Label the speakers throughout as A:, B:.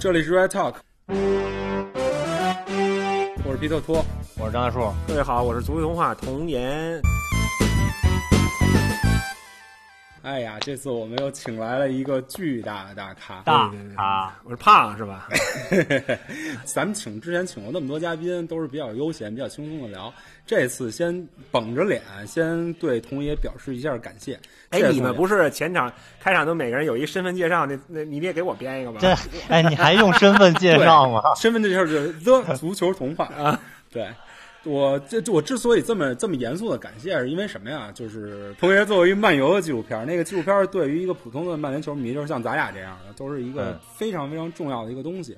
A: 这里是 Red Talk，我是皮特托，
B: 我是张大树，
C: 各位好，我是足球童话童言。
A: 哎呀，这次我们又请来了一个巨大的大咖，
C: 啊
B: 大咖，
C: 我是胖是吧？
A: 咱们请之前请过那么多嘉宾，都是比较悠闲、比较轻松的聊。这次先绷着脸，先对童爷表示一下感谢。
C: 哎，
A: 谢谢
C: 你
A: 童
C: 们
A: 爷
C: 不是前场、开场都每个人有一身份介绍，那那你也给我编一个吧？
B: 这哎，你还用身份介绍吗？
A: 身份证就是 The 足球童话啊。对，我这这我之所以这么这么严肃的感谢，是因为什么呀？就是同学作为漫游的纪录片儿，那个纪录片儿对于一个普通的曼联球迷，就是像咱俩这样的，都是一个
B: 嗯
A: 非常非常重要的一个东西。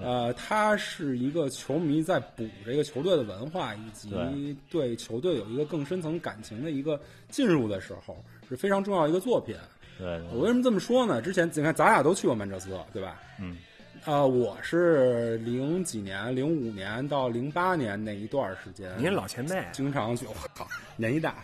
A: 呃，它是一个球迷在补这个球队的文化，以及对球队有一个更深层感情的一个进入的时候，是非常重要的一个作品。
B: 对，
A: 我为什么这么说呢？之前你看，咱俩都去过曼彻斯特，对吧？
B: 嗯。
A: 啊、我是零几年，零五年到零八年那一段时间，
C: 您老前辈，
A: 经常去，我靠，年纪大。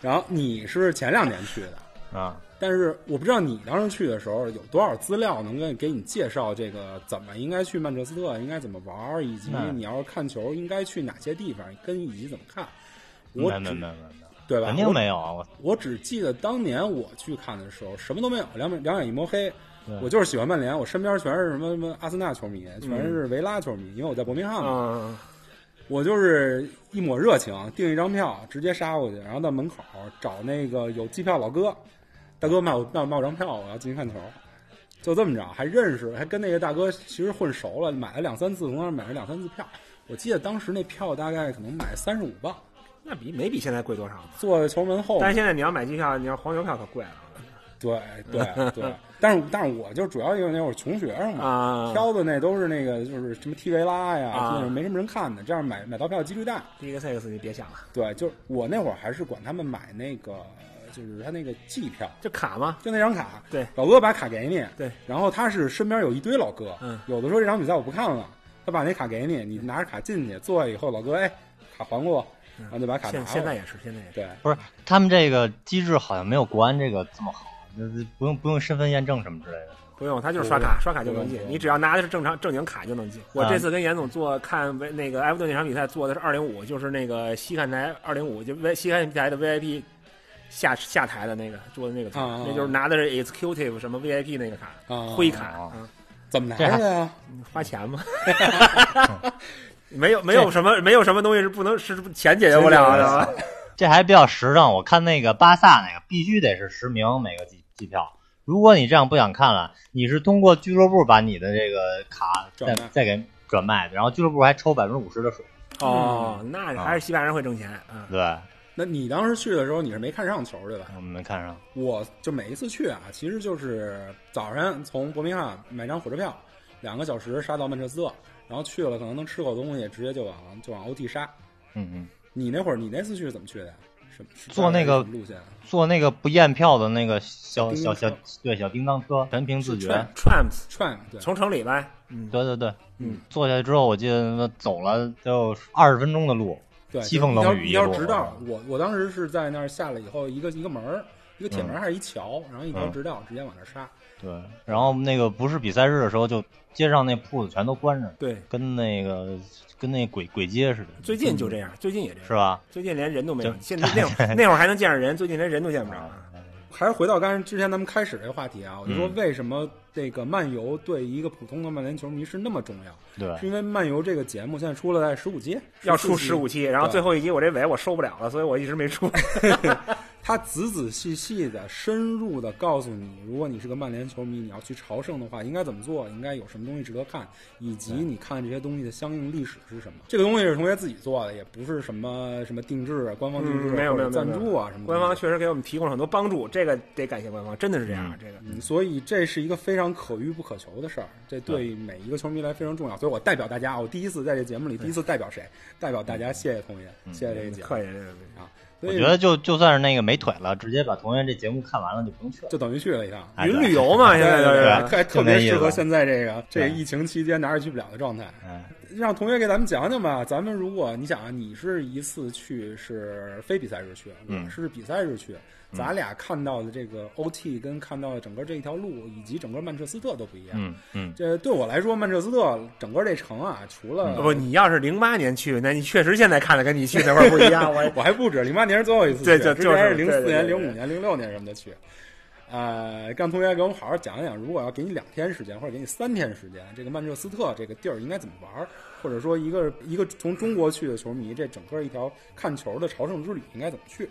A: 然后你是前两年去的，
B: 啊，
A: 但是我不知道你当时去的时候有多少资料能给给你介绍这个怎么应该去曼彻斯特，应该怎么玩儿，以及
B: 嗯
A: 你要是看球应该去哪些地方，跟以及怎么看。 我
B: 没没
A: 只
B: 没没没，
A: 对吧？
B: 肯
A: 我
B: 定没有啊！我
A: 我只记得当年我去看的时候，什么都没有，两眼两眼一摸黑
B: 对。
A: 我就是喜欢曼联，我身边全是什么什么阿森纳球迷，全是维拉球迷，因为我在伯明翰嘛。
C: 嗯，
A: 我就是一抹热情，订一张票，直接杀过去，然后到门口找那个有机票老哥，大哥卖我卖我卖我张票，我要进去看球。就这么着，还认识，还跟那个大哥其实混熟了，买了两三次，从那儿买了两三次票。我记得当时那票大概可能买三十五磅，
C: 那比没比现在贵多少？
A: 坐在球门后面。
C: 但是现在你要买机票，你要黄牛票可贵了
A: 对对对，但是但是我就主要因为那会儿穷学生嘛，
C: 啊！
A: 挑的那都是那个就是什么 T 维拉呀，
C: 啊
A: 就是没什么人看的，这样买买到票几率大。
C: 第一个 six 你别想了，
A: 对，就是我那会儿还是管他们买那个，就是他那个季票，
C: 就卡嘛，
A: 就那张卡。
C: 对，
A: 老哥把卡给你。
C: 对，
A: 然后他是身边有一堆老哥，
C: 嗯，
A: 有的说这场比赛我不看了，他把那卡给你，你拿着卡进去，坐下以后，老哥哎，卡还给我，
C: 啊
A: 然后就把卡拿
C: 嗯现
A: 了。
C: 现在也是，现在也是。
A: 对，
B: 不是他们这个机制好像没有国安这个这么好，那这不用不用身份验证什么之类的。
C: 不用，他就是刷卡，刷卡就能
A: 不
C: 进
A: 用。不用
C: 你只要拿的是正常正经卡就能进。我
B: 啊
C: 这次跟严总做看维那个埃弗顿那场比赛做的是二零五，就是那个西看台二零五，就 V 西看台的 VIP 下下台的那个做的那个卡，
A: 啊啊啊
C: 那就是拿的是 Executive 什么 VIP 那个卡，
A: 啊
C: 灰卡，
B: 啊
C: 嗯
A: 怎么拿着的呀？
C: 花钱 嘛。没有没有什么没有什么东西是不能是是钱解决不了的啊吧？
B: 这还比较实诚。我看那个巴萨那个必须得是实名每个机机票。如果你这样不想看了，你是通过俱乐部把你的这个卡再
A: 转卖
B: 再给转卖的，然后俱乐部还抽百分之五十的水。
C: 哦，那还是西班牙人会挣钱啊。
B: 对，
A: 嗯那你当时去的时候，你是没看上球对吧？
B: 我们没看上。
A: 我就每一次去啊，其实就是早上从伯明翰买张火车票，两个小时杀到曼彻斯特，然后去了可能能吃口东西，直接就往就往 OT 杀。
B: 嗯嗯，
A: 你那会儿你那次去是怎么去的呀？什么是
B: 坐那个
A: 什么路线啊？
B: 坐那个不验票的那个小
A: 小
B: 小
A: 叮
B: 小
A: 当
B: 对小叮当车，全凭自觉。
C: Tram- Trams
A: 串对，
C: 从城里呗，嗯，
B: 对对对，
A: 嗯，
B: 坐下来之后，我记得走了就二十分钟的路，
A: 对
B: 西风冷雨
A: 一
B: 一
A: 条
B: 路啊
A: 直道。我我当时是在那儿下了以后，一个一个门儿，一个铁门儿还是一桥，然后一条
B: 嗯
A: 直道直接往那儿杀。
B: 对，然后那个不是比赛日的时候，就街上那铺子全都关着，
C: 对，
B: 跟那个跟那鬼鬼街似的，
C: 最近就这样，最近也这样
B: 是。吧？
C: 最近连人都没有
B: 就，
C: 现在那会儿那会儿还能见着人，最近连人都见不着了。
A: 还是回到刚才之前咱们开始这个话题啊，我就说
B: 嗯
A: 为什么这个漫游对一个普通的曼联球迷是那么重要？
B: 对，
A: 是因为漫游这个节目现在出了在十五期，
C: 要出
A: 14
C: 十五，期，然后最后一集我这尾我受不了了，所以我一直没出。
A: 他仔仔细细的、深入的告诉你，如果你是个曼联球迷，你要去朝圣的话，应该怎么做，应该有什么东西值得看，以及你看这些东西的相应历史是什么。这个东西是同学自己做的，也不是什么什么定制啊、官方定制啊、
C: 嗯没有
A: 或者
C: 没有没有
A: 赞助啊什么的。
C: 官方确实给我们提供了很多帮助，这个得感谢官方，真的是这样。
B: 嗯
C: 这个
A: 嗯，所以这是一个非常可遇不可求的事儿，这对每一个球迷来非常重要。所以我代表大家，我第一次在这节目里，第一次代表谁？代表大
B: 嗯
A: 家，谢谢同学，谢谢这个节目
C: 客气，这个
A: 啊。所
B: 我
A: 以
B: 觉得就就算是那个没腿了，直接把同学这节目看完了就不用去了。
A: 就等于去了一趟。
B: 哎
C: 云旅游 嘛，现在就是
A: 特
B: 对
A: 特
B: 就那
A: 别
B: 意思
A: 适合现在这个这个
B: 对
A: 疫情期间哪儿也去不了的状态。
B: 嗯，
A: 让同学给咱们讲讲吧。咱们如果你想啊，你是一次去是非比赛日去，
B: 嗯
A: 我是比赛日去，咱俩看到的这个 OT 跟看到的整个这一条路以及整个曼彻斯特都不一样。
B: 嗯嗯，
A: 这对我来说，曼彻斯特整个这城啊，除了
C: 不，你要是零八年去，那你确实现在看的跟你去那会儿不一样。我 也
A: 我还不止零八年是最后一次去，啊
C: 对就
A: 之
C: 就
A: 前
C: 是
A: 是零四
C: 对对
A: 年、
C: 对
A: 零五年、零六年什么的去。呃，让同学给我们好好讲一讲，如果要给你两天时间，或者给你三天时间，这个曼彻斯特这个地儿应该怎么玩儿，或者说一个一个从中国去的球迷，这整个一条看球的朝圣之旅应该怎么去？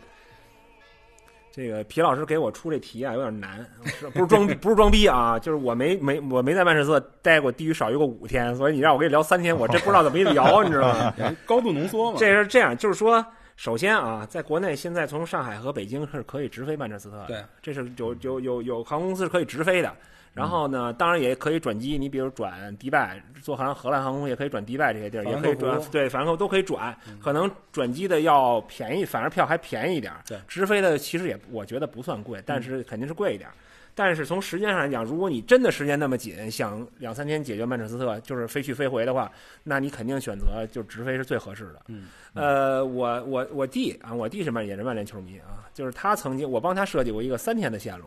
C: 这个皮老师给我出这题啊，有点难，是不是装逼不是装逼啊，就是我没没我没在曼彻斯特待过低于少于过五天，所以你让我跟你聊三天，我真不知道怎么一聊，你知道吗？
A: 哎高度浓缩嘛，
C: 啊这是这样，就是说，首先啊，在国内现在从上海和北京是可以直飞曼彻斯特的，
A: 对，
C: 这是有有有有航空公司是可以直飞的。然后呢，当然也可以转机，你比如转迪拜，坐航荷兰航空也可以转迪拜这些地儿，
A: 法兰
C: 也
A: 克
C: 可以嗯转
A: 福
C: 对，反正都可以转。可能转机的要便宜，反而票还便宜一点儿。
A: 对
C: 直飞的其实也我觉得不算贵，但是肯定是贵一点儿。但是从时间上来讲，如果你真的时间那么紧，想两三天解决曼彻斯特，就是飞去飞回的话，那你肯定选择就直飞是最合适的。
A: 嗯，
C: 呃，我我我弟啊，我弟是曼也是曼联球迷啊，就是他曾经我帮他设计过一个三天的线路，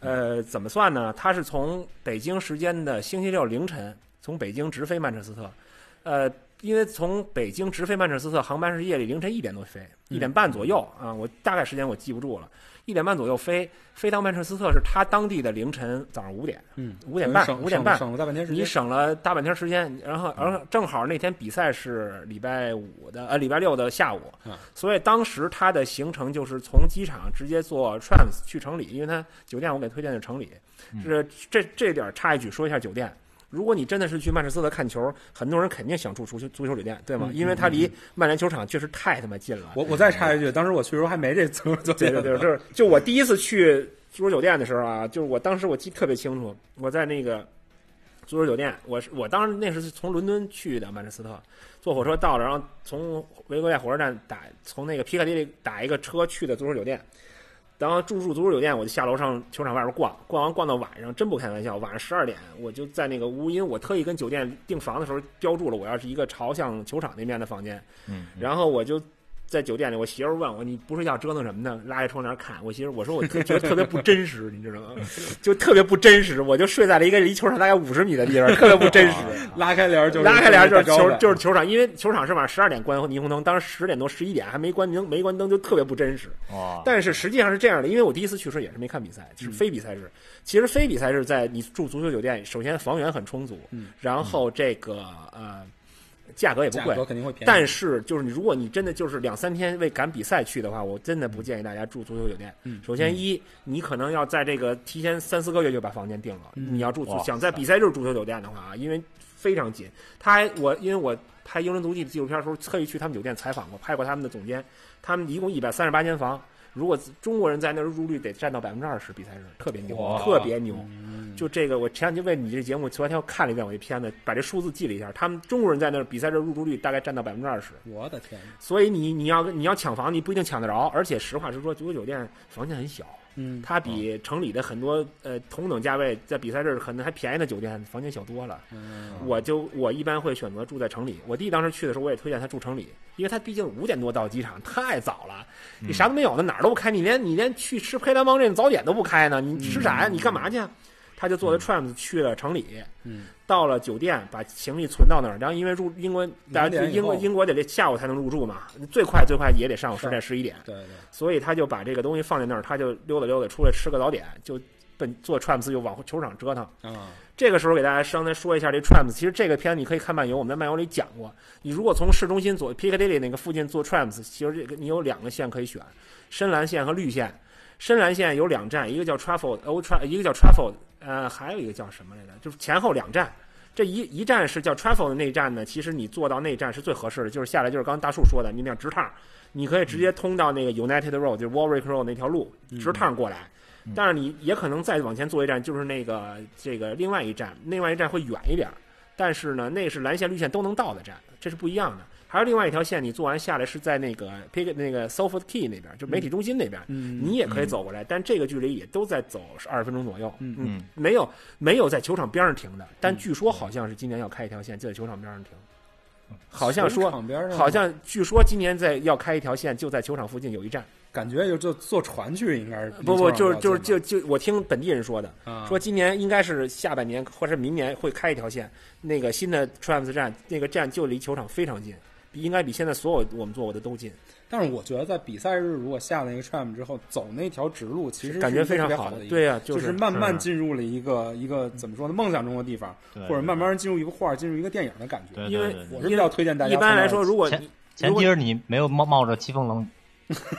C: 呃，怎么算呢？他是从北京时间的星期六凌晨从北京直飞曼彻斯特，呃，因为从北京直飞曼彻斯特航班是夜里凌晨一点多飞，一点半左右啊，我大概时间我记不住了，一点半左右飞，飞到曼彻斯特是他当地的凌晨早上五点，
A: 嗯，
C: 五点半
A: 省
C: 五点半
A: 省省了大半天时
C: 你
A: 间，嗯
C: 省了大半天时间，然后而正好那天比赛是礼拜五的呃礼拜六的下午
A: 嗯，
C: 所以当时他的行程就是从机场直接坐 trans 去城里，因为他酒店我给推荐的是城里。
A: 嗯
C: 是这这点儿插一句说一下酒店，如果你真的是去曼彻斯特看球，很多人肯定想住足球足球酒店，对
A: 嗯
C: 吗？因为它离曼联球场确实太他妈近了。
A: 我我再插一句，当时我去的时候还没这足球
C: 对对对，就是就我第一次去足球酒店的时候啊，就是我当时我记得特别清楚，我在那个足球酒店，我是我当时那时是从伦敦去的曼彻斯特，坐火车到了，然后从维多利亚火车站打从那个皮卡迪里打一个车去的足球酒店。然后住宿足球酒店，我就下楼上球场外边逛，逛完逛到晚上，真不开玩笑，晚上十二点，我就在那个屋，因为我特意跟酒店订房的时候标注了，我要是一个朝向球场那面的房间，
B: 嗯，
C: 然后我就在酒店里，我媳妇儿问我你不睡觉折腾什么呢？拉开窗帘看，我媳妇儿我说我特觉得特别不真实，你知道吗？就特别不真实，我就睡在了一个离球场大概五十米的地方，特别不真实。
A: 啊拉开帘儿就是
C: 拉开帘儿就是球，就是是球场，因为球场是晚上十二点关霓虹灯，当时十点多、十一点还没关灯，没关灯就特别不真实。
B: 哇，
C: 但是实际上是这样的，因为我第一次去时候也是没看比
A: 嗯
C: 赛，是非比赛日。其实非比赛日在你住足球酒店，首先房源很充足，
A: 嗯
C: 然后这个呃价格也不
A: 价
C: 贵，
A: 格肯定会便宜，
C: 但是就是你，如果你真的就是两三天为赶比赛去的话，我真的不建议大家住足球酒店。
A: 嗯
C: 首先一，你可能要在这个提前三四个月就把房间定了。
A: 嗯
C: 你要住足
B: 哇
C: 想在比赛日住球酒店的话啊，因为非常紧。他还我因为我拍《英伦足迹》的纪录片的时候，特意去他们酒店采访过，拍过他们的总监。他们一共一百三十八间房，如果中国人在那儿入住率得占到百分之二十，比赛日特别牛，
B: 哇
C: 特别牛。
A: 嗯
C: 就这个，我前两天为你这节目，昨天又看了一遍我这片子，把这数字记了一下。他们中国人在那儿比赛日入住率大概占到百分之二十，
A: 我的天，
C: 所以你你要你要抢房，你不一定抢得着。而且实话实说，足球酒店房间很小，
A: 嗯，
C: 它比城里的很多呃同等价位在比赛日可能还便宜的酒店房间小多了。
A: 嗯
C: 我就我一般会选择住在城里。我弟当时去的时候，我也推荐他住城里，因为他毕竟五点多到机场，太早了，
A: 嗯
C: 你啥都没有呢，哪儿都不开，你连你连去吃黑兰帮这早点都不开呢，你吃啥呀？你干嘛去啊？他就坐着 tram 去了城里，
A: 嗯，
C: 到了酒店把行李存到那儿，然后因为入英国，大家
A: 两点以
C: 英国
A: 后
C: 英国得这下午才能入住嘛，最快最快也得上午
A: 是
C: 十点十一点，
A: 对对。
C: 所以他就把这个东西放在那儿，他就溜达溜达出来吃个早点，就奔坐 Tramps 又往球场折腾。
A: 啊，
C: 这个时候给大家稍微说一下这 Trams，其实这个片子你可以看漫游，我们在漫游里讲过。你如果从市中心左 Piccadilly 那个附近坐 Trams，其实这个你有两个线可以选，深蓝线和绿线。深蓝线有两站，一个叫 Trafford，欧 Tra，一个叫 Trafford，呃，还有一个叫什么来着？就是前后两站。这一一站是叫 Trafford 的那一站呢，其实你坐到那一站是最合适的，就是下来就是刚刚大树说的，你那样直趟，你可以直接通到那个 United Road，就是 Warwick Road 那条路，直趟过来。
A: 嗯
C: 但是你也可能再往前坐一站，就是那个这个另外一站，另外一站会远一点儿，但是呢，那是蓝线、绿线都能到的站，这是不一样的。还有另外一条线，你坐完下来是在那个 Pick 那个 Salford Quay 那边，就媒体中心那边，
A: 嗯
C: 你也可以走过来，但这个距离也都在走二十分钟左右。
A: 嗯
B: 嗯，
C: 没有没有在球场边上停的，但据说好像是今年要开一条线就在球场边上停，好像
A: 球
C: 说
A: 场边上
C: 好像据说今年在要开一条线就在球场附近有一站，
A: 感觉就就坐船去应该是
C: 不不
A: 比
C: 就是就是
A: 球
C: 就就我听本地人说的，
A: 场要近吧
C: 说今年应该是下半年或者明年会开一条线，那个新的 Trams 站，那个站就离球场非常近，比应该比现在所有我们坐过的都近，
A: 啊，但是我觉得在比赛日如果下那个 tram 之后走那条直路，其实
C: 感觉非常
A: 好
C: 好
A: 的一个，
C: 对呀、啊
A: 就是慢慢
B: 是
A: 进入了一个一个怎么说呢梦想中的地方，
B: 对
A: 或者慢慢进入一个画，进入一个电影的感觉。
B: 对
C: 因为
B: 对对
A: 我是比较推荐大家
C: 一般来
A: 从
C: 说，
A: 那儿
C: 如果你
B: 前提是你没有冒冒着凄风冷雨。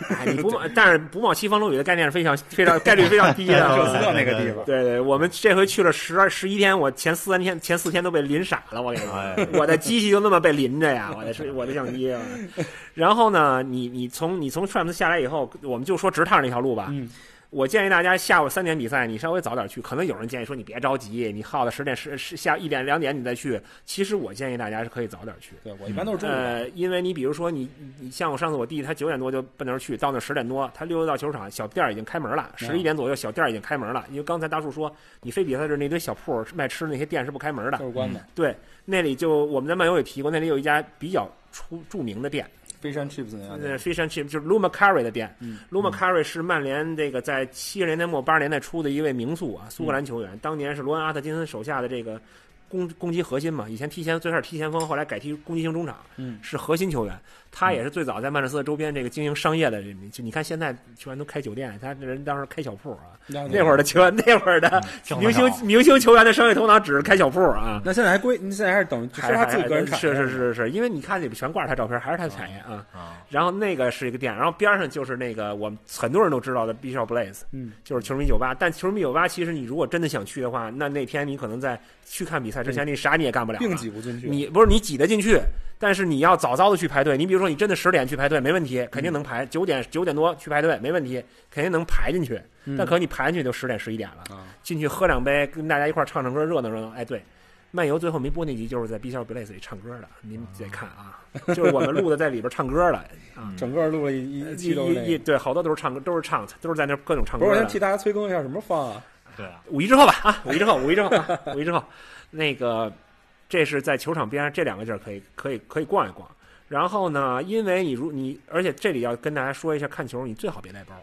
C: 哎 你不冒，但是不冒西方楼宇的概念是非常非常概率非常 低的
A: 热
C: 啊。
A: 斯特那个地方，
C: 对对，我们这回去了十二十一天，我前四三天前四天都被淋傻了，我跟你
B: 哎
C: 说，我的机器就那么被淋着呀，我的是我的相机啊。然后呢，你你从你从 Trams 下来以后，我们就说直趟那条路吧。
A: 嗯
C: 我建议大家下午三点比赛，你稍微早点去。可能有人建议说你别着急，你耗到十点十十下一点两点你再去。其实我建议大家是可以早点去。
A: 对我一般都是中午
C: 呃，因为你比如说你你像我上次我弟他九点多就奔那儿去，到那儿十点多他溜达到球场，小店儿已经开门了，十一点左右小店儿已经开门了。因为刚才大树说，你非比赛日那堆小铺儿卖吃的那些店是不开门的
A: 就，是关的。
C: 对，那里就我们在漫游也提过，那里有一家比较出著名的店，
A: 飞山 chips 那家
C: 呃
A: 店，
C: ，Fish and Chip 就是 Luma Curry 的店。
A: 嗯
C: Luma Curry 是曼联这个在七十年代末八十年代初的一位名宿啊，苏
A: 嗯
C: 格兰球员，当年是罗恩阿特金森手下的这个攻攻击核心嘛，以前踢前最开始踢前锋，后来改踢攻击型中场，
A: 嗯
C: 是核心球员。他也是最早在曼彻斯特周边这个经营商业的人，就你看现在球员都开酒店，他这人当时开小铺啊。
A: 嗯
C: 那会儿的球员，那会儿的
B: 挣得
C: 明星
B: 少
C: 明星球员的商业头脑只是开小铺啊。
A: 那现在还归，你现在还是等于是
C: 还
A: 他自己个人
C: 还
A: 产
C: 是
A: 业
C: 是是是，因为你看里边全挂着他照片，还是他的产业啊。
B: 啊，
C: 然后那个是一个店，然后边上就是那个我们很多人都知道的 Bishop Blaze，
A: 嗯，
C: 就是球迷酒吧。但球迷酒吧其实你如果真的想去的话，那那天你可能在去看比赛之前，你啥你也干不了了，
A: 并挤不进去。
C: 你不是你挤得进去，但是你要早早的去排队。你比如说，你真的十点去排队没问题，
A: 嗯
C: 肯定能排。九点九点多去排队没问题，肯定能排进去。但可你排进去就十点十一点了，
A: 嗯啊
C: 进去喝两杯，跟大家一块儿唱唱歌，热闹热闹。哎，对，漫游最后没播那集，就是在 B 校 Blaze 里唱歌的，您得看啊，就是我们录的在里边唱 歌了啊。
A: 整个录了一一一
C: 一
A: 期都嗯是那
C: 一一
A: 个。
C: 对，好多都是唱歌，都是唱，都是在那儿各种唱
A: 不
C: 歌
A: 是，
C: 的。
A: 我先替大家催更一下，什么方啊？
B: 对啊，
C: 五一之后吧 啊，五一之后，五一之后，啊，五一之后，那个这是在球场边上这两个地儿可以可以可以逛一逛。然后呢，因为你如你，而且这里要跟大家说一下，看球你最好别带包。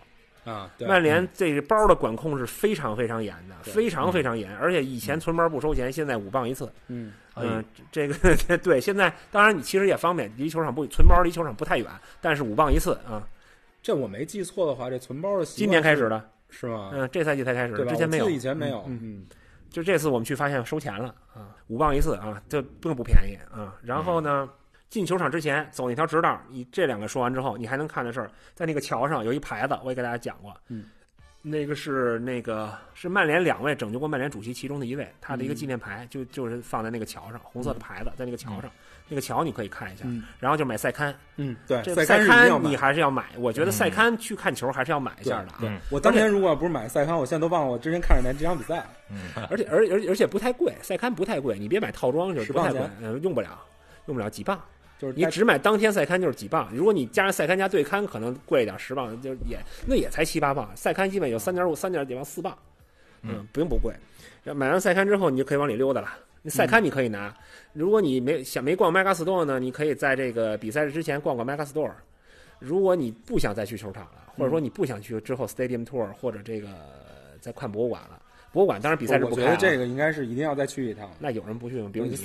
A: 啊，对，
C: 曼联这个包的管控是非常非常严的，
A: 对
C: 非常非常严。而且以前存包不收钱，现在五磅一次。
A: 嗯，
C: 嗯，这个 对，现在当然你其实也方便，离球场不存包离球场不太远，但是五磅一次啊。
A: 这我没记错的话，这存包的习惯
C: 今年开始的，
A: 是吗？
C: 嗯，这赛季才开始，
A: 对吧？
C: 之前没有
A: 我记得以前没有，
C: 嗯嗯
A: 嗯，
C: 就这次我们去发现收钱了啊，五磅一次啊，这并不便宜啊。然后
A: 嗯
C: 呢，进球场之前走那条直道，你这两个说完之后，你还能看的事儿，在那个桥上有一牌子，我也给大家讲过，
A: 嗯，
C: 那个是那个是曼联两位拯救过曼联主席其中的一位，他的一个纪
A: 嗯
C: 念牌就就是放在那个桥上，红色的牌子在那个桥上，那个桥你可以看一下
A: 嗯，
C: 然后就买赛刊，
A: 嗯，对，
C: 这
A: 刊
C: 刊
A: 是一定要
C: 你
A: 买。嗯
C: 还是要买，我觉得赛刊去看球还是要买一下的啊，
A: 对
B: 嗯，
A: 我当年如果不是买赛刊，我现在都忘了我之前看着哪几场比赛了。
C: 而且而而而且不太贵，赛刊不太贵，你别买套装就
A: 10
C: 是不太贵
A: 磅，
C: 嗯，用不了，用不了几磅，
A: 就是
C: 你
A: 带
C: 只买当天赛刊就是几磅，如果你加上赛刊加对刊，可能贵一点，十磅就是也那也才七八磅，赛刊基本有三点五、三点几磅、四磅，嗯，不用不贵。然后买完赛刊之后，你就可以往里溜达了。那
A: 嗯
C: 赛刊你可以拿，如果你没想没逛 Mega Store 呢，你可以在这个比赛日之前逛逛 Mega Store。如果你不
A: 嗯
C: 想再去球场了，或者说你不想去之后 Stadium Tour 或者这个再看博物馆了，博物馆当然比赛是
A: 我
C: 不
A: 觉
C: 开、啊。
A: 得，这个应该是一定要再去一趟
C: 那有人不去吗？比如你。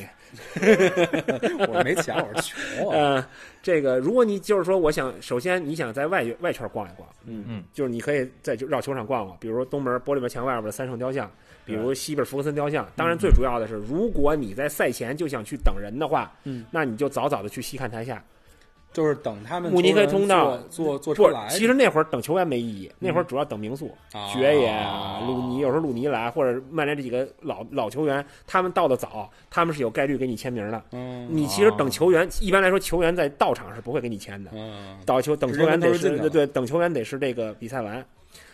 A: 我没钱，我穷啊。
C: 呃，这个如果你就是说，我想首先你想在外外圈逛一逛，
A: 嗯
B: 嗯，
C: 就是你可以在就绕球场逛逛，比如说东门玻璃门墙外边的三圣雕像，比如西边福克森雕像。当然，最主要的是，如果你在赛前就想去等人的话，
A: 嗯，
C: 那你就早早的去西看台下。
A: 就是等他们
C: 慕尼黑
A: 球员
C: 通道
A: 坐坐坐
C: 不
A: 车来，，
C: 其实那会儿等球员没意义，那会儿主要等名宿，
A: 啊
C: 爵爷啊、鲁尼，有时候鲁尼来，或者曼联这几个老老球员，他们到的早，他们是有概率给你签名的。
A: 嗯
C: 你其实等球员，一般来说球员在到场是不会给你签的，
A: 嗯，
C: 到球等球员得
A: 直接跟头儿
C: 是
A: 进去了
C: 对，等球员得是这个比赛完。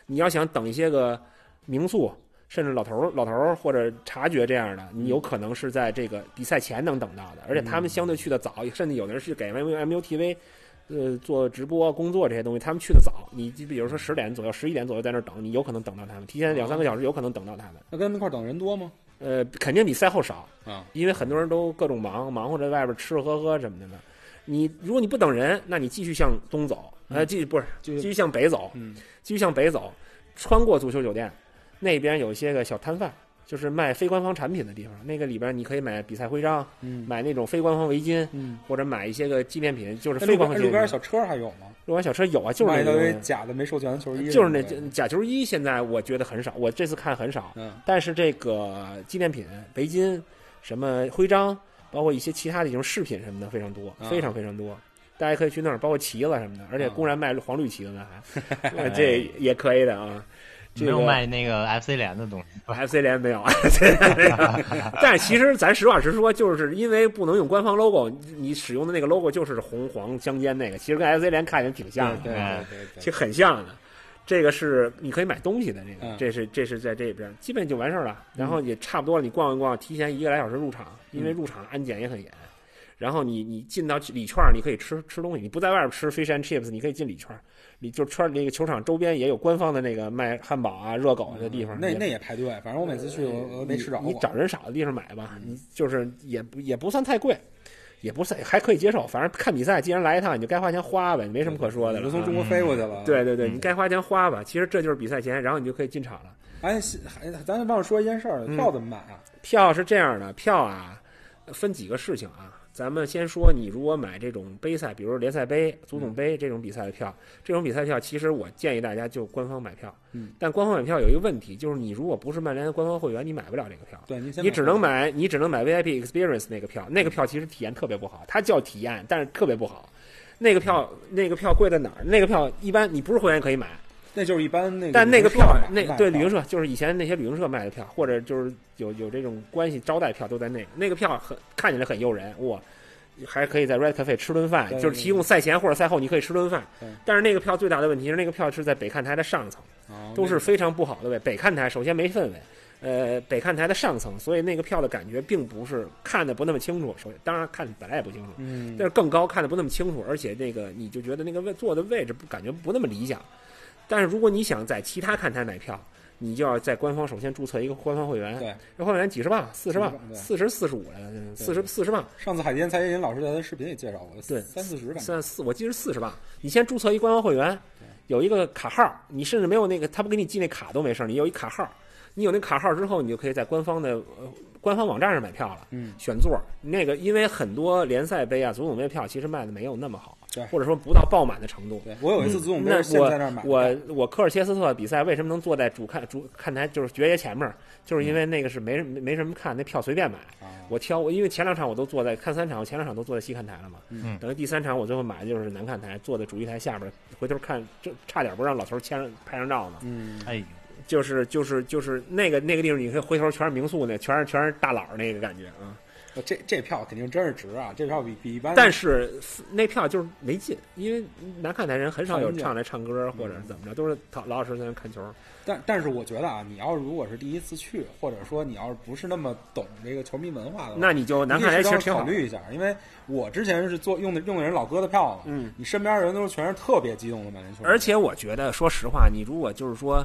C: 你要想等一些个名宿，甚至老头儿、老头儿或者察觉这样的，你有可能是在这个比赛前能等到的，而且他们相对去的早，甚至有的人是给 M M U T V。呃，做直播、工作这些东西，他们去的早。你就比如说十点左右、十一点左右在那儿等，你有可能等到他们，提前两三个小时有可能等到他们。
A: 那跟他们一块儿等人多吗？
C: 呃，肯定比赛后少，
A: 啊，
C: 因为很多人都各种忙，忙活着外边吃吃喝喝什么的呢。你如果你不等人，那你继续向东走，呃，继续不是
A: 就
C: 继续向北走，
A: 嗯
C: 继续向北走，穿过足球酒店，那边有一些个小摊贩，就是卖非官方产品的地方。那个里边你可以买比赛徽章，
A: 嗯
C: 买那种非官方围巾，
A: 嗯，
C: 或者买一些个纪念品，就是
A: 那
C: 非
A: 路边
C: 官方
A: 哎
C: 纪
A: 路
C: 念
A: 边
C: 品。
A: 小车还有吗？
C: 路边小车有啊，就是
A: 卖
C: 那
A: 一
C: 个
A: 堆
C: 东西
A: 假的没授权的球衣，
C: 就是那
A: 对
C: 假球衣，现在我觉得很少，我这次看很少。
A: 嗯
C: 但是这个纪念品、围巾、什么徽章，包括一些其他的一种饰品什么的，非常多，
A: 啊
C: 非常非常多。大家可以去那儿，包括旗了什么的，而且
A: 啊
C: 公然卖黄绿旗的呢，还、呃这也可以的啊。这
B: 没有
C: 个
B: 卖那个 FC 联的东西，
C: FC 联没有，啊 但是其实咱实话实说，就是因为不能用官方 logo，你使用的那个 logo 就是红黄相间那个，其实跟 FC 联看起来挺像的，
A: 对对对
C: 其
A: 对
C: 实很像的。这个是你可以买东西的，这个、
A: 嗯
C: 这是这是在这边，基本就完事儿了。然后也差不多了，你逛一逛，提前一个来小时入场，
A: 嗯
C: 因为入场安检也很严。然后你你进到里圈儿，你可以吃吃东西，你不在外边吃 fish and chips，你可以进里圈儿，你就圈儿那个球场周边也有官方的那个卖汉堡啊、热狗的地
A: 嗯
C: 方。
A: 那
C: 也呃
A: 那也排队，反正我每次去我我没吃着
C: 你
A: 过。嗯
C: 找人少的地方买吧，你就是也不也不算太贵，也不算还可以接受。反正看比赛，既然来一趟，你就该花钱花呗，没什么可说的
A: 嗯你
C: 了
A: 就
C: 啊。
A: 从中国飞过去了。，
C: 对对对，你该花钱花吧。其实这就是比赛前，然后你就可以进场了。
A: 哎，西还咱忘了说一件事儿，
C: 嗯
A: 票怎么买啊？
C: 票是这样的，票啊分几个事情啊。咱们先说，你如果买这种杯赛，比如联赛杯、足
A: 嗯
C: 总杯这种比赛的票，这种比赛票其实我建议大家就官方买票。
A: 嗯，
C: 但官方买票有一个问题，就是你如果不是曼联的官方会员，你买不了这个票。
A: 对，你先
C: 你只能买，你只能买 VIP Experience 那个票，那个票其实体验特别不好，它叫体验，但是特别不好。那个票，那个票贵在哪儿？那个票一般你不是会员可以买，
A: 那就是一般那个，
C: 但那个票，那对旅行
A: 社
C: 社就是以前那些旅行社卖的票，或者就是有有这种关系招待票都在那个，那个票很看起来很诱人，哇，还可以在 Red Cafe 吃顿饭，
A: 对
C: 就是提供赛前或者赛后你可以吃顿饭
A: 对。
C: 但是那个票最大的问题是，那个票是在北看台的上层，
A: 啊
C: 都是
A: 那
C: 非常不好的位。北看台首先没氛围，呃，北看台的上层，所以那个票的感觉并不是看的不那么清楚。首先，当然看本来也不清楚，
A: 嗯
C: 但是更高看的不那么清楚，而且那个你就觉得那个位坐的位置不感觉不那么理想。但是如果你想在其他看台买票，你就要在官方首先注册一个官方会员，
A: 对。
C: 这会员几十磅、四十磅、
A: 40
C: 四十四十五来着，四十四十磅，
A: 上次海淀蔡依林老师在他视频里介绍过，
C: 对
A: 三四十吧。
C: 三四，我记得是四十磅。你先注册一官方会员，有一个卡号，你甚至没有那个，他不给你寄那卡都没事儿，你有一卡号，你有那卡号之后，你就可以在官方的、呃、官方网站上买票了。
A: 嗯，
C: 选座儿那个，因为很多联赛杯啊、足总杯票其实卖的没有那么好
A: 对，
C: 或者说不到爆满的程度。
A: 对 我有一次足总杯
C: 嗯那
A: 现在在那儿买
C: 我，我我科尔切斯特比赛为什么能坐在主看主看台就是爵爷前面儿，就是因为
A: 嗯
C: 那个是没人没没什么看，那票随便买。
A: 啊，
C: 我挑我因为前两场我都坐在看三场，我前两场都坐在西看台了嘛，
B: 嗯
C: 等于第三场我最后买的就是南看台，坐在主席台下边儿，回头看这差点不让老头儿签上拍上照呢。
A: 嗯，
B: 哎呦，
C: 就是就是就是那个那个地方，你可以回头全是民宿那，全是全是大佬儿那个感觉
A: 嗯
C: 啊。
A: 呃这这票肯定真是值啊！这票比比一般，
C: 但是那票就是没劲，因为南看台人很少有
A: 啊
C: 上来唱歌或者
A: 嗯
C: 是怎么着，都是老老实实在那看球。
A: 但但是我觉得啊，你要如果是第一次去，或者说你要是不是那么懂这个球迷文化的话，
C: 那你就南看台
A: 你
C: 其
A: 可
C: 实
A: 以
C: 挺好
A: 考虑一下，因为我之前是做用的用的人老哥的票嘛，
C: 嗯，
A: 你身边人都是全是特别激动的曼联球迷，
C: 而且我觉得，说实话，你如果就是说，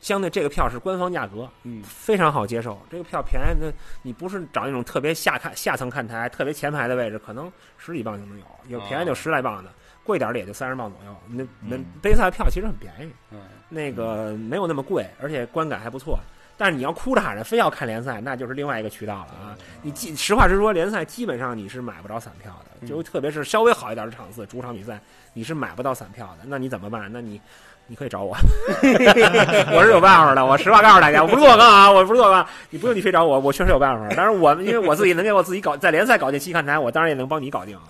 C: 相对这个票是官方价格，
A: 嗯
C: 非常好接受。这个票便宜的，你不是找那种特别下看下层看台、特别前排的位置，可能十几磅就能有，有便
A: 啊
C: 宜就十来磅的，贵点儿的也就三十磅左右。那那
B: 嗯
C: 杯赛票其实很便宜，
A: 嗯
C: 那个没有那么贵，而且观感还不错。但是你要哭着喊着非要看联赛，那就是另外一个渠道了啊！你基实话实说，联赛基本上你是买不着散票的，就特别是稍微好一点的场次，主场比赛你是买不到散票的。那你怎么办？那你你可以找我， 我是有办法的。我实话告诉大家，我不是做广告啊，我不是做广告，你不用你非找我，我确实有办法。但是我因为我自己能给我自己搞在联赛搞定期看台，我当然也能帮你搞定啊，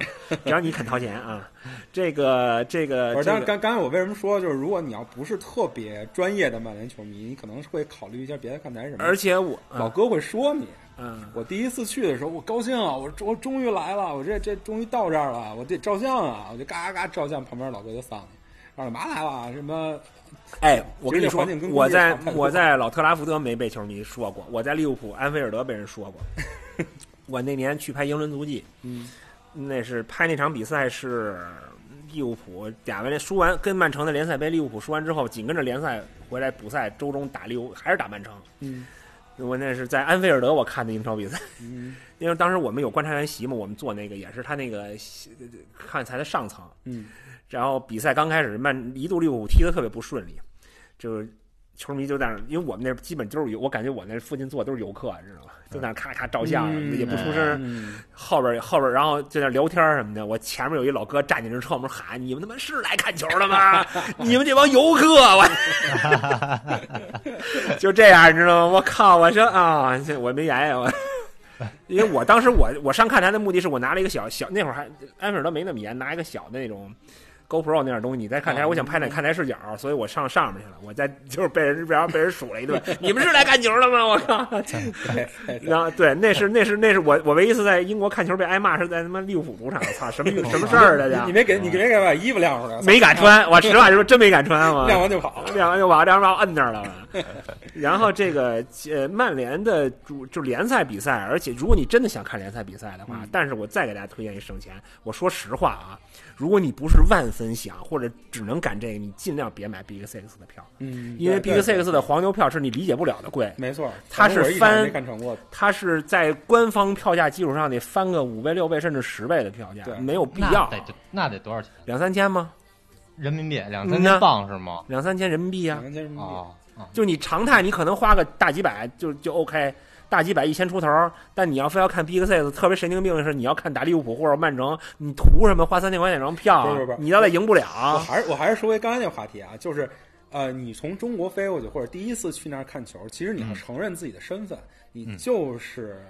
C: 只要你肯掏钱啊。这个这个
A: 不是，
C: 这
A: 但是
C: 个
A: 刚刚才我为什么说，就是如果你要不是特别专业的曼联球迷，你可能会考虑一下别的看台什么的。
C: 而且我
A: 老哥会说你，
C: 嗯。
A: 我第一次去的时候，我高兴啊，我我终于来了，我这这终于到这儿了，我得照相啊，我就嘎嘎嘎照相，旁边老哥就丧你，然后干嘛来了？什么？
C: 哎，我跟你
A: 这个
C: 说
A: 环境跟，工业
C: 我在
A: 差太多
C: 我在老特拉福德没被球迷说过，我在利物浦安菲尔德被人说过。 我那年去拍《英伦足迹
A: 嗯》，
C: 那是拍那场比赛是利物浦打完输完跟曼城的联赛杯，利物浦输完之后，紧跟着联赛回来补赛周中打利物还是打曼城。
A: 嗯
C: 我那是在安菲尔德我看的英超比赛，
A: 嗯
C: 因为当时我们有观察员席嘛，我们坐那个也是他那个席看台的上层，
A: 嗯，
C: 然后比赛刚开始，曼一度利物浦踢得特别不顺利，就是球迷就在那儿，因为我们那儿基本就是游，我感觉我那附近坐都是游客，你知道吗？就在那儿咔咔照相，
A: 嗯
C: 也不出声，
A: 嗯
C: 后边后边，然后就在那儿聊天什么的。我前面有一老哥站起身冲我们喊：“你们他妈是来看球的吗？你们这帮游客！”我就这样，你知道吗？我靠！我说啊，这我没言语我。因为我当时我我上看台的目的是我拿了一个小小那会儿还埃菲尔德没那么严，拿一个小的那种 GoPro 那点东西，你在看台，哎
A: 哦
C: 我想拍点看台视角，所以我上上面去了。我在就是被人然后被人数了一顿，你们是来看球的吗？我靠！
A: 对对对
C: 然后对，那是那是那是我我唯一一次在英国看球被挨骂是在他妈利物浦主场，操，什么什么事儿大家
A: 嗯你没给你没给把衣服晾出来，
C: 没敢穿，我实话实说真没敢穿我
A: 晾完就跑。
C: 亮完就把亮完把我摁那儿了。然后这个呃，曼联的主就联赛比赛，而且如果你真的想看联赛比赛的
A: 嗯
C: 话，但是我再给大家推荐一省钱。我说实话啊，如果你不是万分想或者只能赶这个，你尽量别买 Big Six 的票，
A: 嗯，
C: 因为
A: 对
C: Big
A: 对
C: Six 的黄牛票是你理解不了的贵。
A: 没错，
C: 他是
A: 我一场也
C: 翻
A: 没看成过的。
C: 它是在官方票价基础上得翻个五倍、六倍甚至十倍的票价
A: 对，
C: 没有必
B: 那
C: 要。
B: 得那得多少钱？
C: 两三千吗？
B: 人民币两三
C: 嗯呐
B: 千镑是吗？
C: 两三千人民币呀、哦
A: 两千人民币
B: 啊啊，
C: 就你常态，你可能花个大几百就就 OK，大几百一千出头。但你要非要看 Big Six，特别神经病的是，你要看打利物浦或者曼城，你图什么？花三千块钱一张票，
A: 不是不是
C: 你要再赢不
A: 我
C: 了，
A: 还是我还是说回刚才那个话题啊，就是呃，你从中国飞过去或者第一次去那儿看球，其实
C: 嗯
A: 你要承认自己的身份，你就是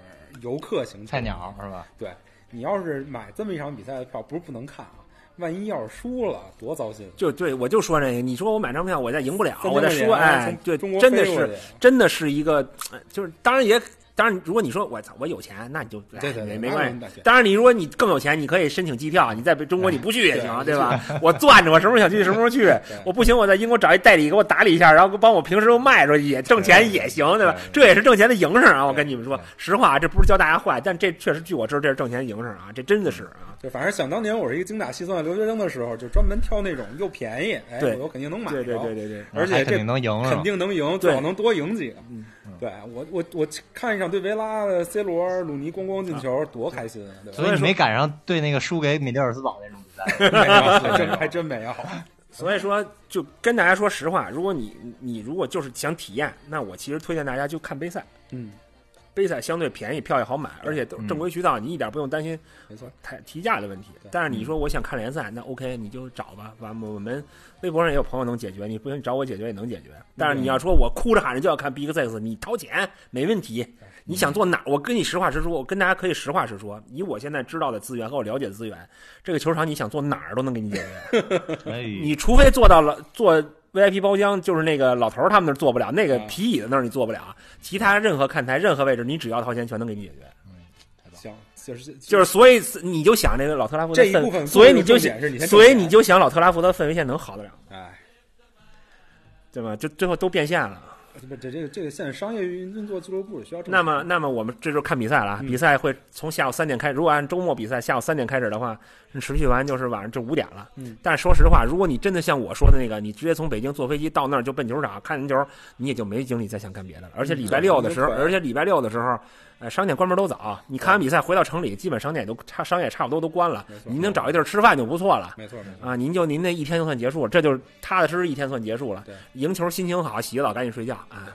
A: 游客型球迷
B: 菜鸟。是吧？
A: 对你要是买这么一场比赛的票，不是不能看啊，万一要是输了，多糟心！
C: 就对我就说这个，你说我买张票，我再赢不了，
A: 三千
C: 啊我再
A: 块钱
C: 说，哎，
A: 从
C: 对，
A: 啊中国
C: 真的
A: 飞过
C: 是
A: 去
C: 真的是一个，呃就是当然也当然，如果你说我操我有钱，那你就哎
A: 对对对
C: 没
A: 那
C: 关
A: 没问
C: 系
A: 题。
C: 当然，你如果你更有钱，你可以申请机票，你在中国你不去也行，对吧？ 我攥着，我什么时候想去什么时候去，我不行我在英国找一代理给我打理一下，然后帮我平时又卖出去也挣钱也行，对吧？这也是挣钱的营生啊！我跟你们说
B: 对
C: 实话，这不是教大家坏，但这确实据我知道这是挣钱的营生啊，这真的是啊。
A: 就反正想当年我是一个精打细算的留学生的时候，就专门挑那种又便宜，哎，
C: 对
A: 我肯定能买着，
C: 对对对对对。
A: 而且
B: 嗯还
A: 这
B: 肯定能赢是
A: 肯
B: 吧？
A: 定能赢，最好能多赢几个。
C: 嗯
A: 对我我我看一场对维拉的 C 罗、鲁尼咣咣进球，多开心啊！对吧？
B: 所以你没赶上对那个输给米德尔斯堡那种比 赛，
A: 没有，还真还真没有。
C: 所以说，就跟大家说实话，如果你你如果就是想体验，那我其实推荐大家就看杯赛，
A: 嗯，
C: 杯赛相对便宜，票也好买，而且都是正规渠道，你一点不用担心
A: 没错。
C: 抬提价的问题
A: 对。
C: 但是你说我想看联赛，那 OK，你就找吧，完我们微博上也有朋友能解决，你不行你找我解决也能解决。但是你要说我哭着喊着就要看 Big Six，你掏钱没问题。你想坐哪儿？我跟你实话实说，我跟大家可以实话实说，以我现在知道的资源和我了解的资源，这个球场你想坐哪儿都能给你解决。
B: 哎，
C: 你除非做到了做 VIP 包厢，就是那个老头儿他们那儿做不了，那个
A: 啊
C: 皮椅子那儿你做不了，其他任何看台任何位置，你只要掏钱全能给你解决。
A: 行，就是
C: 就是所以你就想这个老特拉福德
A: 这一
C: 氛
A: 部分
C: 所以你就
A: 重点是你先
C: 所以
A: 挣钱
C: 你就想老特拉福德氛围线能好得了，
A: 哎，
C: 对吧？就最后都变现了。
A: 不，这这个这个现在商业运运作俱乐部需要这
C: 那么，那么我们这就是看比赛了
A: 嗯
C: 啊。比赛会从下午三点开，如果按周末比赛下午三点开始的话，持续完就是晚上就五点了。
A: 嗯，
C: 但说实话，如果你真的像我说的那个，你直接从北京坐飞机到那儿就奔球场看人球，你也就没精力再想干别的了。而且礼拜六的时候，
A: 嗯对
C: 而且礼拜六的时候，呃，商店关门都早，你看完比赛回到城里，基本商店也都差商业差不多都关了
A: 没，错
C: 您能找一地儿吃饭就不错了。
A: 没错没错，
C: 啊，您就您那一天就算结束了，这就是踏踏实实一天算结束了
A: 对。
C: 赢球心情好，洗个澡赶紧睡觉啊。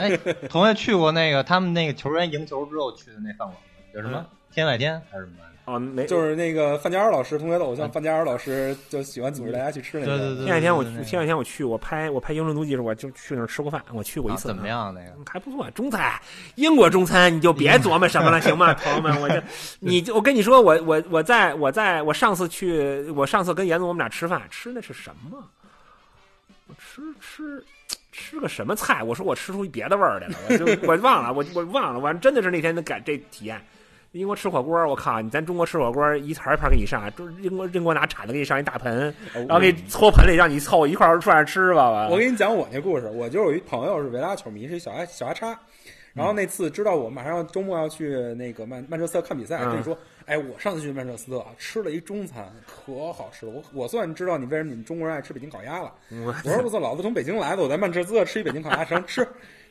B: 哎，同学去过那个他们那个球员赢球之后去的那饭馆吗，叫什么
C: 嗯
B: 天外天还是什么玩意儿？
C: 哦，没，
A: 就是那个范家尔老师，同学的偶像
B: 嗯
A: 范家尔老师就喜欢组织大家去吃那
B: 对
A: 个。
B: 对对
C: 前两天我
B: 对对
C: 去，
B: 对
C: 前两天我去，我拍我拍英伦足迹的时候，我就去那儿吃过饭，我去过一
B: 啊
C: 次。
B: 怎么？样那个？
C: 还不错，中餐，英国中餐，你就别琢磨什 么了，行吗，朋友们？我这，你就我跟你说，我我我在我在我上次去，我上次跟严总我们俩吃饭，吃那是什么？我吃吃吃个什么菜？我说我吃出别的味儿来了，我就我忘了，我我忘了，完真的是那天的感这体验。英国吃火锅，我靠！你咱中国吃火锅，一盘一盘给你上，中英国英国拿铲子给你上一大盆，
A: 呃
C: 然后给你搓盆里，让你凑一块儿涮着吃吧。我
A: 我给你讲我那故事，我就是有一朋友是维拉球迷，是一小阿小阿叉。然后那次知道我马上要周末要去那个曼曼彻斯特看比赛，
C: 嗯
A: 跟你说，哎，我上次去曼彻斯特啊吃了一中餐，可好吃了。我我算知道你为什么你们中国人爱吃北京烤鸭了。
C: 嗯我
A: 我说我操，老子从北京来的，我在曼彻斯特吃一北京烤鸭，上吃。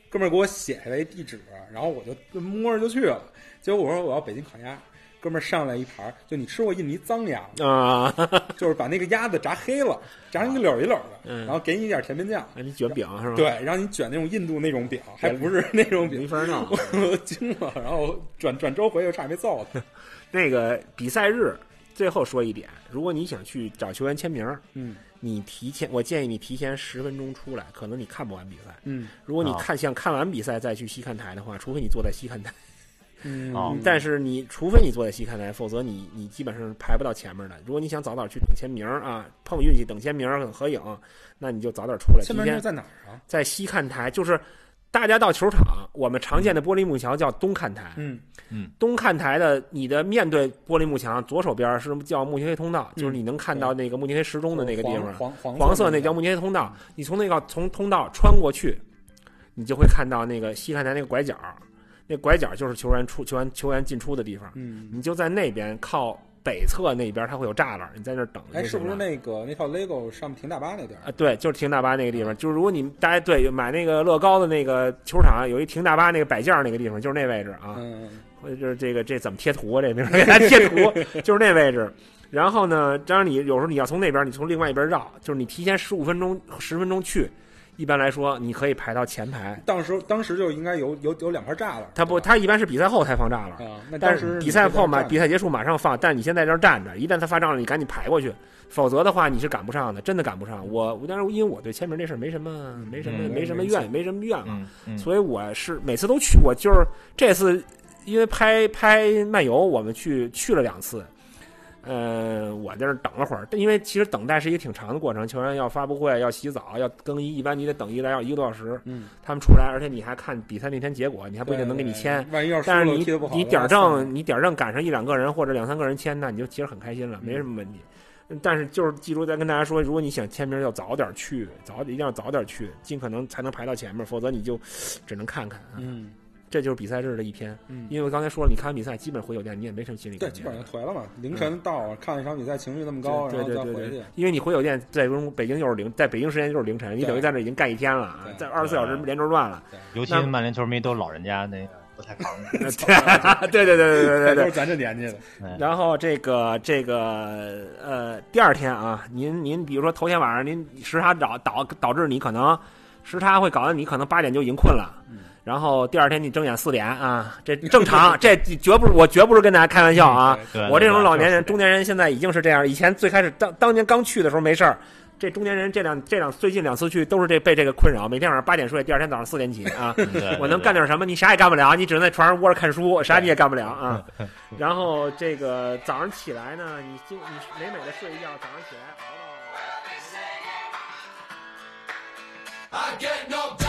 A: 哥们儿给我写下来一地址，然后我就摸着就去了。结果我说我要北京烤鸭，哥们儿上来一盘儿，就你吃过印尼脏鸭吗？
C: 啊，
A: 就是把那个鸭子炸黑了，炸成一绺一绺的，
C: 嗯
A: 然后给你一点甜面酱，
C: 你卷饼是吧？
A: 对，让你卷那种印度那种饼，还不是那种
C: 没
A: 饼，
C: 法弄。
A: 我我惊了。然后转转周回又差点没揍嗯 他。
C: 那个比赛日，最后说一点，如果你想去找球员签名，
A: 嗯
C: 你提前，我建议你提前十分钟出来，可能你看不完比赛。
A: 嗯
C: 如果你
B: 哦
C: 看、想看完比赛再去西看台的话，除非你坐在西看台，
A: 嗯
B: 哦
C: 但是你除非你坐在西看台，否则你你基本上排不到前面的。如果你想早点去等签名啊，碰运气等签名等合影，那你就早点出来。
A: 签
C: 提
A: 名
C: 前
A: 是在哪儿啊？
C: 在西看台，就是大家到球场，我们常见的玻璃幕墙叫东看台。
A: 嗯
C: 东看台的，你的面对玻璃幕墙，左手边是叫慕尼黑通道，就是你能看到那个慕尼黑时钟的那个地
A: 嗯
C: 方，啊
A: 黄黄
C: 黄
A: 色
C: 色那叫慕尼黑通道。你从那个从通道穿过去，你就会看到那个西看台那个拐角，那拐角就是球员出球员球员进出的地方。
A: 嗯，
C: 你就在那边靠北侧那边，它会有栅栏，你在那儿等啊着
A: 哎，
C: 就是行了。
A: 不是那个那套 LEGO 上面停大巴那地儿？
C: 啊，对，就是停大巴那个地方，就是如果你大家对买那个乐高的那个球场，啊有一停大巴那个摆件儿那个地方，就是那位置啊。
A: 嗯，
C: 或者就是这个这怎么贴图啊？这名儿给大家贴图，就是那位置。然后呢，当然你有时候你要从那边，你从另外一边绕，就是你提前十五分钟、十分钟去，一般来说你可以排到前排。
A: 当时当时就应该有有有两盘栅栏，
C: 他不，
A: 对吧
C: 他一般是比赛后才放栅栏，
A: 啊，那
C: 但
A: 当时
C: 是比赛后嘛，
A: 嘛，
C: 比赛结束马上放，但你先在这儿站着，一旦他发账了，你赶紧排过去，否则的话你是赶不上的，真的赶不上。我，我但是因为我对签名这事儿没什么、没什么、
A: 嗯
C: 没什么怨、没什么怨嘛，
B: 嗯嗯，
C: 所以我是每次都去，我就是这次因为拍拍漫游，我们去去了两次。呃，我在那儿等了会儿，因为其实等待是一个挺长的过程，球员要发布会，要洗澡，要更衣，一般你得等一来要一个多小时，
A: 嗯，
C: 他们出来，而且你还看比赛那天结果，你还不一定能给你签。
A: 对，万一要输
C: 但是
A: 了
C: 你
A: 踢得不好，
C: 你点
A: 那
C: 儿
A: 算
C: 正
A: 了，
C: 你点儿正赶上一两个人或者两三个人签，那你就其实很开心了，没什
A: 嗯
C: 么问题。嗯但是就是记住再跟大家说，如果你想签名，要早点去，早一定要早点去，尽可能才能排到前面，否则你就只能看看。啊。
A: 嗯
C: 这就是比赛日的一天，
A: 嗯，
C: 因为我刚才说了，你看完比赛基本回酒店，你也没什么心理
A: 对，
C: 感
A: 基
C: 觉。
A: 本上就颓了嘛。凌晨到看一场比赛，情绪那么高，
C: 对
A: 然后
C: 嗯对
A: 再
C: 对
A: 回
C: 对
A: 去
C: 对，，因为你回酒店，在中北京又是凌，在北京时间就是凌晨，你
A: 对
C: 等于在这已经干一天了啊
A: 对，
C: 在二十四小时
B: 对
C: 连轴 转了。
B: 尤其
C: 那
B: 曼联球迷都老人家那个不太 扛。
C: 啊对对对对对对
A: 都
C: 对
A: 是。咱这年纪的。
B: 哎
C: 然后这个这个呃，第二天啊，您您比如说头天晚上您时差导导导致你可能时差会搞得你可能八点就已经困了，然后第二天你睁眼四点啊，这正常，这绝不是我绝不是跟大家开玩笑啊，
B: 对对
C: 我这种老年人、
B: 对
C: 中年人现在已经是这样，以前最开始当当年刚去的时候没事儿。这中年人这两这两最近两次去都是这被这个困扰，每天晚上八点睡，第二天早上四点起啊。
B: 对对
C: 我能干点什么？你啥也干不了，你只能在床上窝着看书，啥你也干不了啊。然后这个早上起来呢，你就你美美的睡一觉，早上起来熬到。
D: I get no better.